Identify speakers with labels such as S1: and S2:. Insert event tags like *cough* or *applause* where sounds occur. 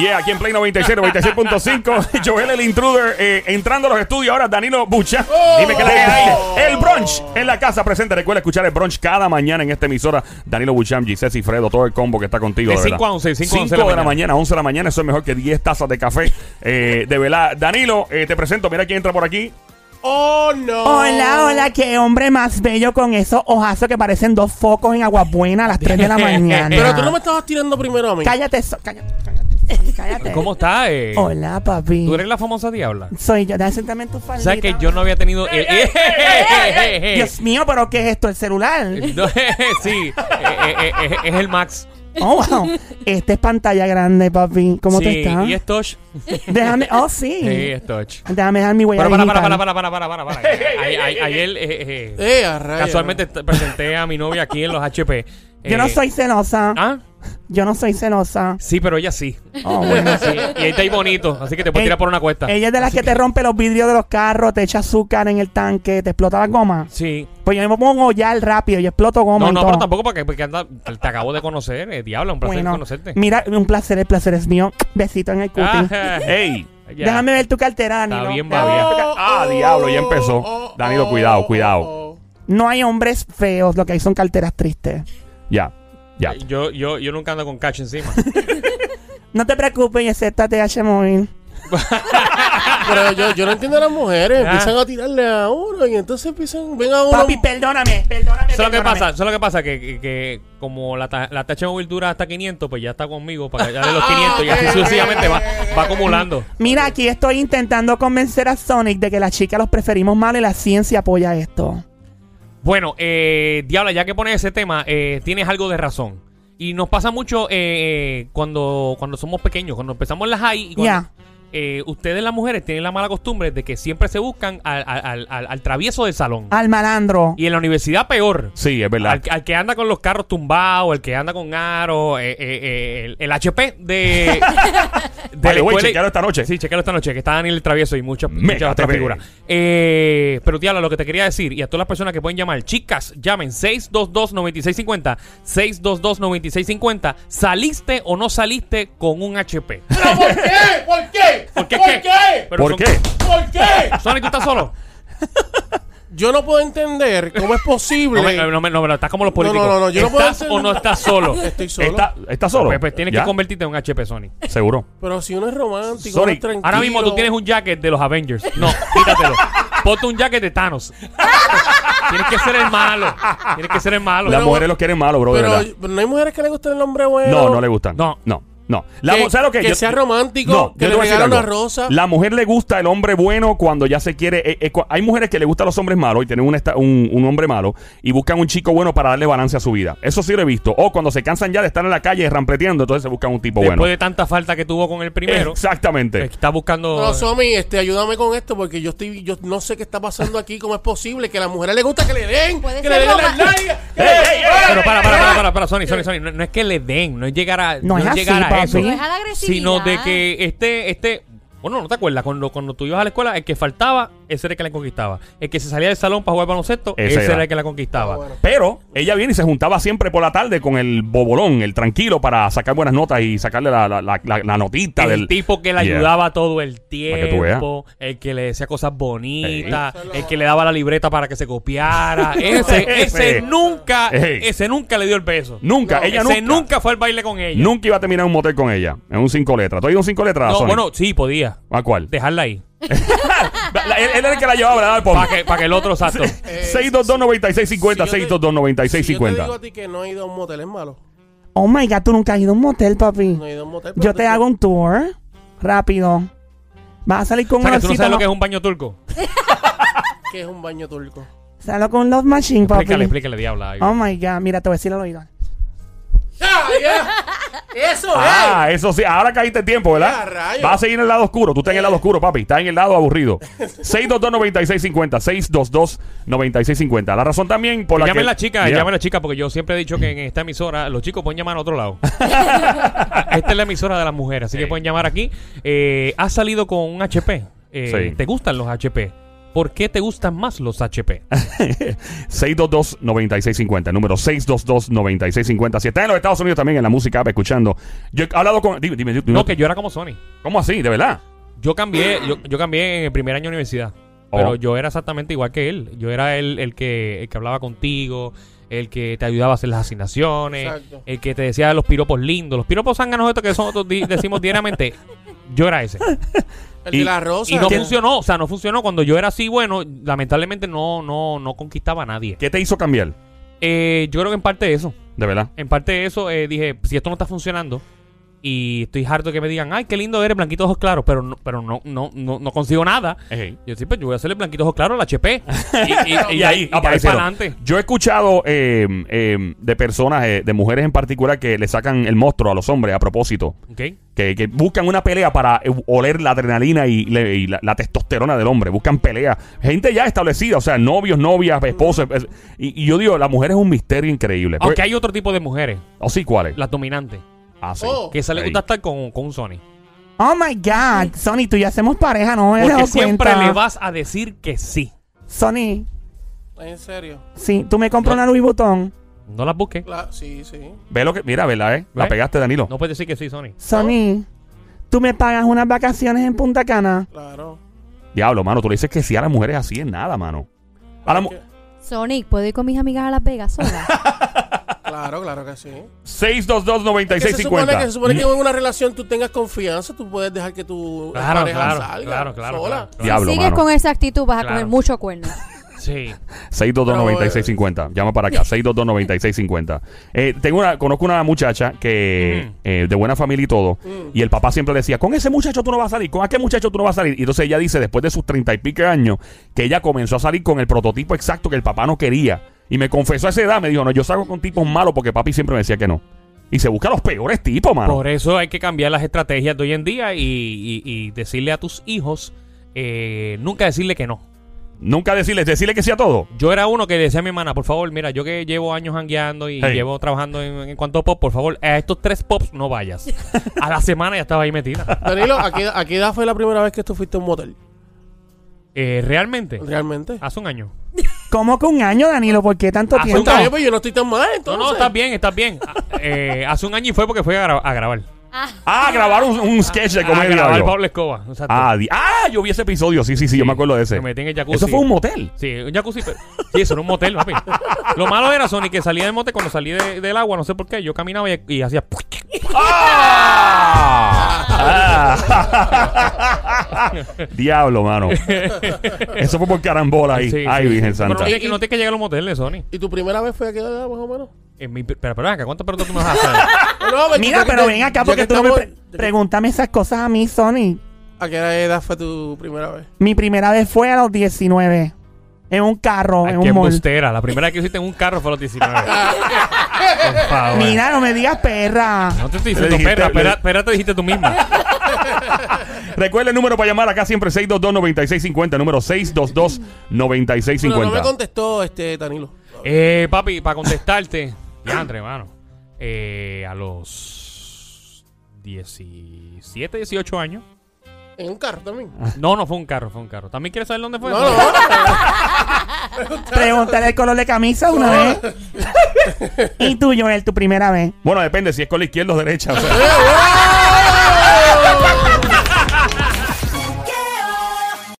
S1: Yeah, aquí en Play 96, 96.5. *laughs* Joel el Intruder eh, entrando a los estudios ahora. Danilo Bucha.
S2: Oh.
S1: Dime qué le hay. El brunch en la casa presente. Recuerda escuchar el brunch cada mañana en esta emisora. Danilo Bucham, Gisés y Fredo, todo el combo que está contigo.
S2: De
S1: de
S2: cinco
S1: verdad.
S2: a once, cinco a
S1: Cinco
S2: once de la
S1: de la mañana, 11 de la mañana. Eso es mejor que 10 tazas de
S2: *laughs*
S1: café. eh, de verdad. Danilo, eh, te presento. Mira quién entra por aquí.
S2: ¡Oh, no!
S3: Hola, hola, qué hombre más bello con esos ojazos que parecen dos focos en agua buena a las
S2: *laughs*
S3: 3 de la mañana.
S2: Eh,
S4: Pero tú no me estabas tirando primero a mí.
S3: Cállate, so- cállate, cállate, cállate.
S2: ¿Cómo estás? Eh?
S3: Hola, papi.
S2: ¿Tú eres la famosa diabla?
S3: Soy yo, dame sentarme en tu
S2: O
S3: faldita.
S2: sea que yo no había tenido... eh, eh, eh, eh, eh, eh.
S3: Dios mío, pero ¿qué es esto? ¿El celular?
S2: *laughs* No, sí, eh, eh, eh, eh, es el Max.
S3: Oh, wow. Este es pantalla grande, papi. ¿Cómo
S2: sí,
S3: te está?
S2: Y es Touch.
S3: Déjame, oh,
S2: *laughs*
S3: sí.
S2: Sí, es Touch.
S3: Déjame dejar mi huella
S2: Pero para, para,
S3: digital.
S2: para, para, para, para, para. para. *laughs* Ay- ay- Ayer, eh, eh, eh,
S4: Eh, a rayos.
S2: casualmente t- presenté a mi novia aquí en los HP.
S3: Yo no
S2: Eh,
S3: soy celosa.
S2: ¿Ah?
S3: Yo no soy celosa.
S2: Sí, pero ella
S3: *laughs*
S2: sí. *laughs*
S3: Oh, bueno.
S2: Sí, y ahí está ahí bonito, así que te puedes
S3: Ey,
S2: tirar por una cuesta.
S3: Ella es de las que, te rompe los vidrios de los carros, te echa azúcar en el tanque, te explota la goma.
S2: Sí.
S3: Pues yo me pongo ya rápido, yo exploto goma.
S2: No,
S3: y
S2: no,
S3: todo.
S2: pero tampoco porque, porque anda, te acabo de conocer, eh, diablo, un placer
S3: Bueno,
S2: conocerte.
S3: Mira, un placer, el placer es mío. Besito en el cutis.
S2: Ah,
S1: ey
S2: ya.
S3: Déjame ver tu cartera, Danilo.
S2: Está bien,
S3: Déjame ver tu
S2: babia.
S4: oh,
S3: car-
S1: Ah, diablo, ya empezó. Danilo, cuidado, cuidado.
S4: oh.
S3: No hay hombres feos, lo que hay son carteras tristes.
S1: Ya, ya.
S2: Eh, Yo, yo, yo nunca ando con cacho
S3: *laughs*
S2: encima.
S3: No te preocupes, acepta TH Móvil.
S4: Pero yo, yo no entiendo a las mujeres.
S2: Ah.
S4: Empiezan a tirarle a uno y entonces empiezan. Ven a uno.
S3: Papi, perdóname, perdóname.
S2: Eso es lo que
S3: perdóname.
S2: pasa, eso es lo que pasa, que, que, que como la, ta- la tacha móvil dura hasta 500, pues ya está conmigo, para allá de
S3: Ah,
S2: los 500 y así sucesivamente va, va acumulando.
S3: Mira, aquí estoy intentando convencer a Sonic de que las chicas los preferimos mal y la ciencia apoya esto.
S2: Bueno, eh, Diabla, ya que pones ese tema, eh, tienes algo de razón. Y nos pasa mucho eh, cuando, cuando somos pequeños, cuando empezamos las high. Y cuando-
S3: Ya.
S2: eh, ustedes, las mujeres, tienen la mala costumbre de que siempre se buscan al, al- al- al travieso del salón.
S3: Al malandro.
S2: Y en la universidad, peor.
S1: Sí, es verdad.
S2: Al, al que anda con los carros tumbados, el que anda con aro, eh, eh, eh, el, el HP
S1: *laughs*
S2: de. de
S1: Vale, voy a
S2: escuela-
S1: chequearlo esta noche.
S2: Sí, chequealo esta noche, que está Daniel el Travieso y muchas,
S1: Mega
S2: muchas otras
S1: TV.
S2: figuras. Eh, pero, Diablo, lo que te quería decir, y a todas las personas que pueden llamar, chicas, llamen 622-9650. 622-9650. ¿Saliste o no saliste con un HP?
S4: ¿Pero por qué? ¿Por qué?
S2: ¿Por qué?
S4: ¿Por qué?
S2: Pero
S1: ¿Por
S2: son-
S1: qué?
S4: ¿Por qué?
S2: Sonic, ¿tú estás solo?
S4: Yo no puedo entender cómo es posible.
S2: No, me, no, me- no, me lo- estás como los
S4: No, no,
S2: políticos.
S4: no, no, yo no puedo
S2: ¿Estás
S4: hacer-
S2: o no
S1: *laughs*
S2: estás solo?
S4: Estoy solo.
S1: ¿Está, está solo?
S2: Pues, pues, tienes
S1: ¿Ya?
S2: que convertirte en un HP, Sonic.
S1: Seguro.
S4: Pero si uno es romántico, uno
S1: Sorry.
S4: es tranquilo.
S2: Ahora mismo tú tienes un jacket de los Avengers. No, quítatelo. Ponte un jacket de Thanos. tienes que ser el malo. Tienes que ser el malo.
S1: Las mujeres los quieren malo, bro, de
S4: Pero
S1: verdad.
S4: pero no hay mujeres que le gusten el hombre bueno.
S1: No, no le gustan.
S2: No.
S1: no, no. La,
S4: Que-
S1: mu- ¿sabes lo que?
S4: que sea romántico, que
S1: yo
S4: le
S1: te voy a decir
S4: regale una
S1: algo.
S4: rosa.
S1: La mujer le gusta el hombre bueno cuando ya se quiere. eh, eh, cu- hay mujeres que le gustan los hombres malos y tienen un, esta- un, un hombre malo y buscan un chico bueno para darle balance a su vida. Eso sí lo he visto. O cuando se cansan ya de estar en la calle rampleteando, entonces se buscan un tipo
S2: Después
S1: bueno.
S2: de tanta falta que tuvo con el primero,
S1: Exactamente.
S2: está buscando.
S4: No, Somi, este, ayúdame con esto porque yo estoy, yo no sé qué está pasando aquí, cómo es posible que a las mujeres les gusta que le den,
S5: Puede
S4: que le
S5: ser
S4: den
S5: roma-
S4: las nalgas.
S1: *laughs*
S4: que
S1: Ey,
S4: le-
S1: ey, ey,
S2: pero para, para, para, para, para, Sony, Sony, Sony. No, no es que le den, no es llegar a,
S3: No es así,
S2: llegar a
S3: papi.
S2: eso.
S3: No
S5: es a la agresividad.
S2: Sino de que este, este. Bueno, ¿no te acuerdas? Cuando, cuando tú ibas a la escuela, el que faltaba, ese era el que la conquistaba. El que se salía del salón para jugar baloncesto,
S1: Ese
S2: ese,
S1: era.
S2: era el que la conquistaba.
S4: Ah, bueno.
S1: Pero ella viene y se juntaba siempre por la tarde con el bobolón, el tranquilo, para sacar buenas notas y sacarle la, la- la- la- la notita
S2: el
S1: del.
S2: tipo que le
S1: Yeah.
S2: ayudaba todo el
S1: que tú veas.
S2: tiempo, el que le decía cosas bonitas, el que le daba la libreta para que
S1: *laughs*
S2: se copiara. ese, ese
S1: Ey.
S2: nunca,
S1: Ey.
S2: ese nunca le dio el beso.
S1: Nunca, ella
S2: ese
S1: nunca,
S2: nunca.
S1: nunca.
S2: fue al baile con ella.
S1: iba a terminar en un motel con ella, en un cinco letras. ¿Tú has ido a un cinco letras,
S2: No,
S1: Sonic?
S2: bueno, sí, podía.
S1: ¿A cuál?
S2: *laughs* Dejarla ahí.
S1: La- la- él, él era el que la llevaba, ¿verdad? Por...
S2: Para que, pa' que el
S1: *laughs*
S2: otro salto.
S4: Eh, si yo te-
S1: 622-9650,
S4: si yo te digo
S1: 622-9650.
S4: a ti que no he ido a un motel, es malo.
S3: Oh my god, tú nunca has ido a un motel, papi.
S4: No he ido a un motel.
S3: Yo te hago un tour rápido. Vas a salir con
S2: O
S3: un
S2: sea, que tú no
S3: olorcito,
S2: sabes lo
S3: ¿no?
S2: que es un baño turco.
S4: Que es un baño turco.
S3: Salgo con Love Machine, papi.
S2: Explícale, explícale, diabla. ahí.
S3: Oh my god, mira, te voy a decir al oído.
S4: ¡Ya, ¡Ah, ya! ¡Eso
S1: Ah, eso sí, ahora caíste en tiempo,
S4: Ah,
S1: ¿verdad?
S4: rayos.
S1: Vas a seguir en el lado oscuro. Tú estás en el lado oscuro, papi. Estás en el lado aburrido. 622-9650. 622-9650. La razón también por la
S2: Llamen
S1: que.
S2: la chica,
S1: Mira.
S2: llamen la chica, porque yo siempre he dicho que en esta emisora los chicos pueden llamar a
S1: *laughs*
S2: otro lado. esta es la emisora de las mujeres, así que pueden llamar aquí. Eh, has salido con un HP. Eh,
S1: Sí.
S2: ¿Te gustan los HP? ¿Por qué te gustan más los
S1: *laughs*
S2: HP?
S1: 622-9650, número 622-9650. Si estás en los Estados Unidos también en la música, app, escuchando. Yo he hablado con. Dime, dime, dime.
S2: No, que yo era como Sony.
S1: ¿Cómo así? ¿De verdad?
S2: Yo cambié, yo, yo cambié en el primer año de universidad. Pero
S1: Oh.
S2: yo era exactamente igual que él. Yo era el, el que, el que hablaba contigo, el que te ayudaba a hacer las asignaciones,
S4: Exacto.
S2: el que te decía los piropos lindos, los piropos zánganos estos que nosotros di-
S1: *laughs*
S2: decimos diariamente. Yo era ese.
S4: El
S1: Y-
S4: de la rosa.
S2: Y no funcionó, o sea, no funcionó. Cuando yo era así, bueno, lamentablemente no, no, no conquistaba a nadie.
S1: ¿Qué te hizo cambiar?
S2: Eh, yo creo que en parte de eso.
S1: ¿De verdad?
S2: En parte de eso eh, dije, si esto no está funcionando y estoy harto de que me digan, ay, qué lindo eres, blanquito ojos claros, pero no, pero no, no, no, no consigo nada. Yo sí, pues yo voy a hacerle blanquito ojos claros al HP. *laughs* Y, y- y ahí, aparece
S1: aparecieron.
S2: para adelante.
S1: Yo he escuchado eh, eh, de personas, eh, de mujeres en particular, que le sacan el monstruo a los hombres a propósito.
S2: Ok.
S1: Que, que buscan una pelea para eh, oler la adrenalina y, le- y la, la testosterona del hombre. Buscan pelea. Gente ya establecida, o sea, novios, novias, esposos. es- Y, y yo digo, la mujer es un misterio increíble.
S2: Aunque hay otro tipo de mujeres,
S1: ¿O sí cuáles?
S2: las dominantes,
S1: Ah, sí.
S4: Oh.
S2: que se le
S1: Ahí.
S2: gusta estar con, con un Sony.
S3: Oh my God. Sony, tú y yo hacemos pareja, no me he
S2: Porque
S3: dado
S2: siempre
S3: cuenta.
S2: le vas a decir que sí.
S3: Sony,
S4: En serio.
S3: sí, tú me compras una Louis Vuitton.
S2: No las busques.
S4: La- sí, sí.
S1: Ve lo que. Mira, ¿verdad, eh? La
S2: ¿Ve?
S1: pegaste, Danilo.
S2: No puedes decir que sí, Sony.
S3: Sony, tú me pagas unas vacaciones en Punta Cana.
S4: Claro.
S1: Diablo, mano. Tú le dices que sí a las mujeres así es nada, mano. A la mu-
S5: Sonic, ¿puedo ir con mis amigas a Las Vegas sola?
S4: Claro, claro que sí.
S1: 622-9650.
S4: Que se, supone que, se supone que en una relación tú tengas confianza, tú puedes dejar que tu
S2: Claro,
S4: pareja
S2: claro,
S4: salga
S2: claro, claro,
S4: sola.
S2: claro.
S1: *laughs* Diablo,
S5: si sigues
S1: mano.
S5: con esa actitud vas a
S2: Claro.
S5: comer mucho cuerno.
S2: Sí.
S1: 622-9650. Llama para acá. 622-9650. Eh, tengo una, conozco una muchacha que
S2: Ujú. Mm.
S1: eh, de buena familia y todo. Y el papá siempre decía, con ese muchacho tú no vas a salir, con aquel muchacho tú no vas a salir. Y entonces ella dice, después de sus treinta y pico años, que ella comenzó a salir con el prototipo exacto que el papá no quería. Y me confesó a esa edad, me dijo, no, yo salgo con tipos malos porque papi siempre me decía que no. Y se busca los peores tipos, mano.
S2: Por eso hay que cambiar las estrategias de hoy en día y, y- y decirle a tus hijos, eh, nunca decirle que no.
S1: Nunca decirles, decirle que sí a todo.
S2: Yo era uno que decía a mi hermana, por favor, mira, yo que llevo años hangueando y
S1: Hey.
S2: llevo trabajando en, en cuanto a pop, por favor, a estos tres pops no vayas. a la semana ya estaba ahí
S1: *laughs*
S2: metida.
S4: Danilo, ¿a qué, a qué edad fue la primera vez que tú fuiste a un motel?
S2: Eh, realmente,
S4: ¿Realmente?
S2: hace un año. ¿Cómo
S3: ¿Cómo que un año, Danilo? ¿Por qué tanto
S2: Hace un
S3: tiempo?
S4: Está bien, pues yo no estoy tan mal,
S2: No,
S4: entonces.
S2: no, estás bien, estás bien. Ah, eh, hace un año y fue porque fue a, gra- a grabar.
S1: Ah, grabar un, un sketch de
S2: a
S1: comedia.
S2: Ah, grabar
S1: yo.
S2: Pablo Escoba. exacto.
S1: Ah, di- ah, yo vi ese episodio, sí, sí, sí, yo me acuerdo de ese.
S2: Me metí en el jacuzzi.
S1: Eso fue un motel.
S2: Sí, un jacuzzi. pero- Sí, eso era un motel, papi. Lo malo era, Sony, que salía del motel cuando salí de- del agua, no sé por qué. Yo caminaba y, y hacía. *laughs*
S1: Ah. Diablo, mano. Eso fue por carambola ahí.
S2: Sí, sí,
S1: Ay,
S2: sí.
S1: Virgen
S2: Pero
S1: Santa.
S2: no, tienes que- no tienes que llegar a los moteles, Sony.
S4: ¿Y tu primera vez fue a qué edad, más o menos?
S2: En mi, pero, pero, acá, ¿cuántas preguntas tú me vas
S1: *laughs*
S2: a hacer?
S4: No, no, porque
S3: Mira,
S4: ya que
S3: pero
S4: te-
S3: ven acá
S4: ya
S3: porque
S4: que
S3: tú no me
S4: estamos-
S3: pre- pregúntame esas cosas a mí, Sony.
S4: ¿A qué edad fue tu primera vez?
S3: Mi primera vez fue a los 19. En un carro,
S2: Ay,
S3: en
S2: qué
S3: un mall.
S2: embustera. La primera vez que hiciste en un carro fue a los 19. Por
S1: eh.
S2: favor.
S3: Mira, no me digas perra.
S2: No te estoy diciendo
S1: Le dijiste-
S2: perra,
S1: le-
S2: perra, perra te dijiste tú misma.
S1: Recuerda el número para llamar acá siempre 622-9650, número
S4: Pero no me
S1: 622-9650.
S4: contestó este Danilo.
S2: Eh, papi, para contestarte, Andre, hermano. Eh, a los 17, 18 años.
S4: En un carro también.
S2: No, no fue un carro, fue un carro. ¿También quieres saber dónde
S3: Ah.
S2: fue?
S4: No, no,
S3: Pregúntale el color de camisa *laughs* una vez. ¿Eh?
S4: *laughs*
S3: y tú, Joel, tu primera vez.
S1: Bueno, depende si es con la izquierda o derecha. o sea.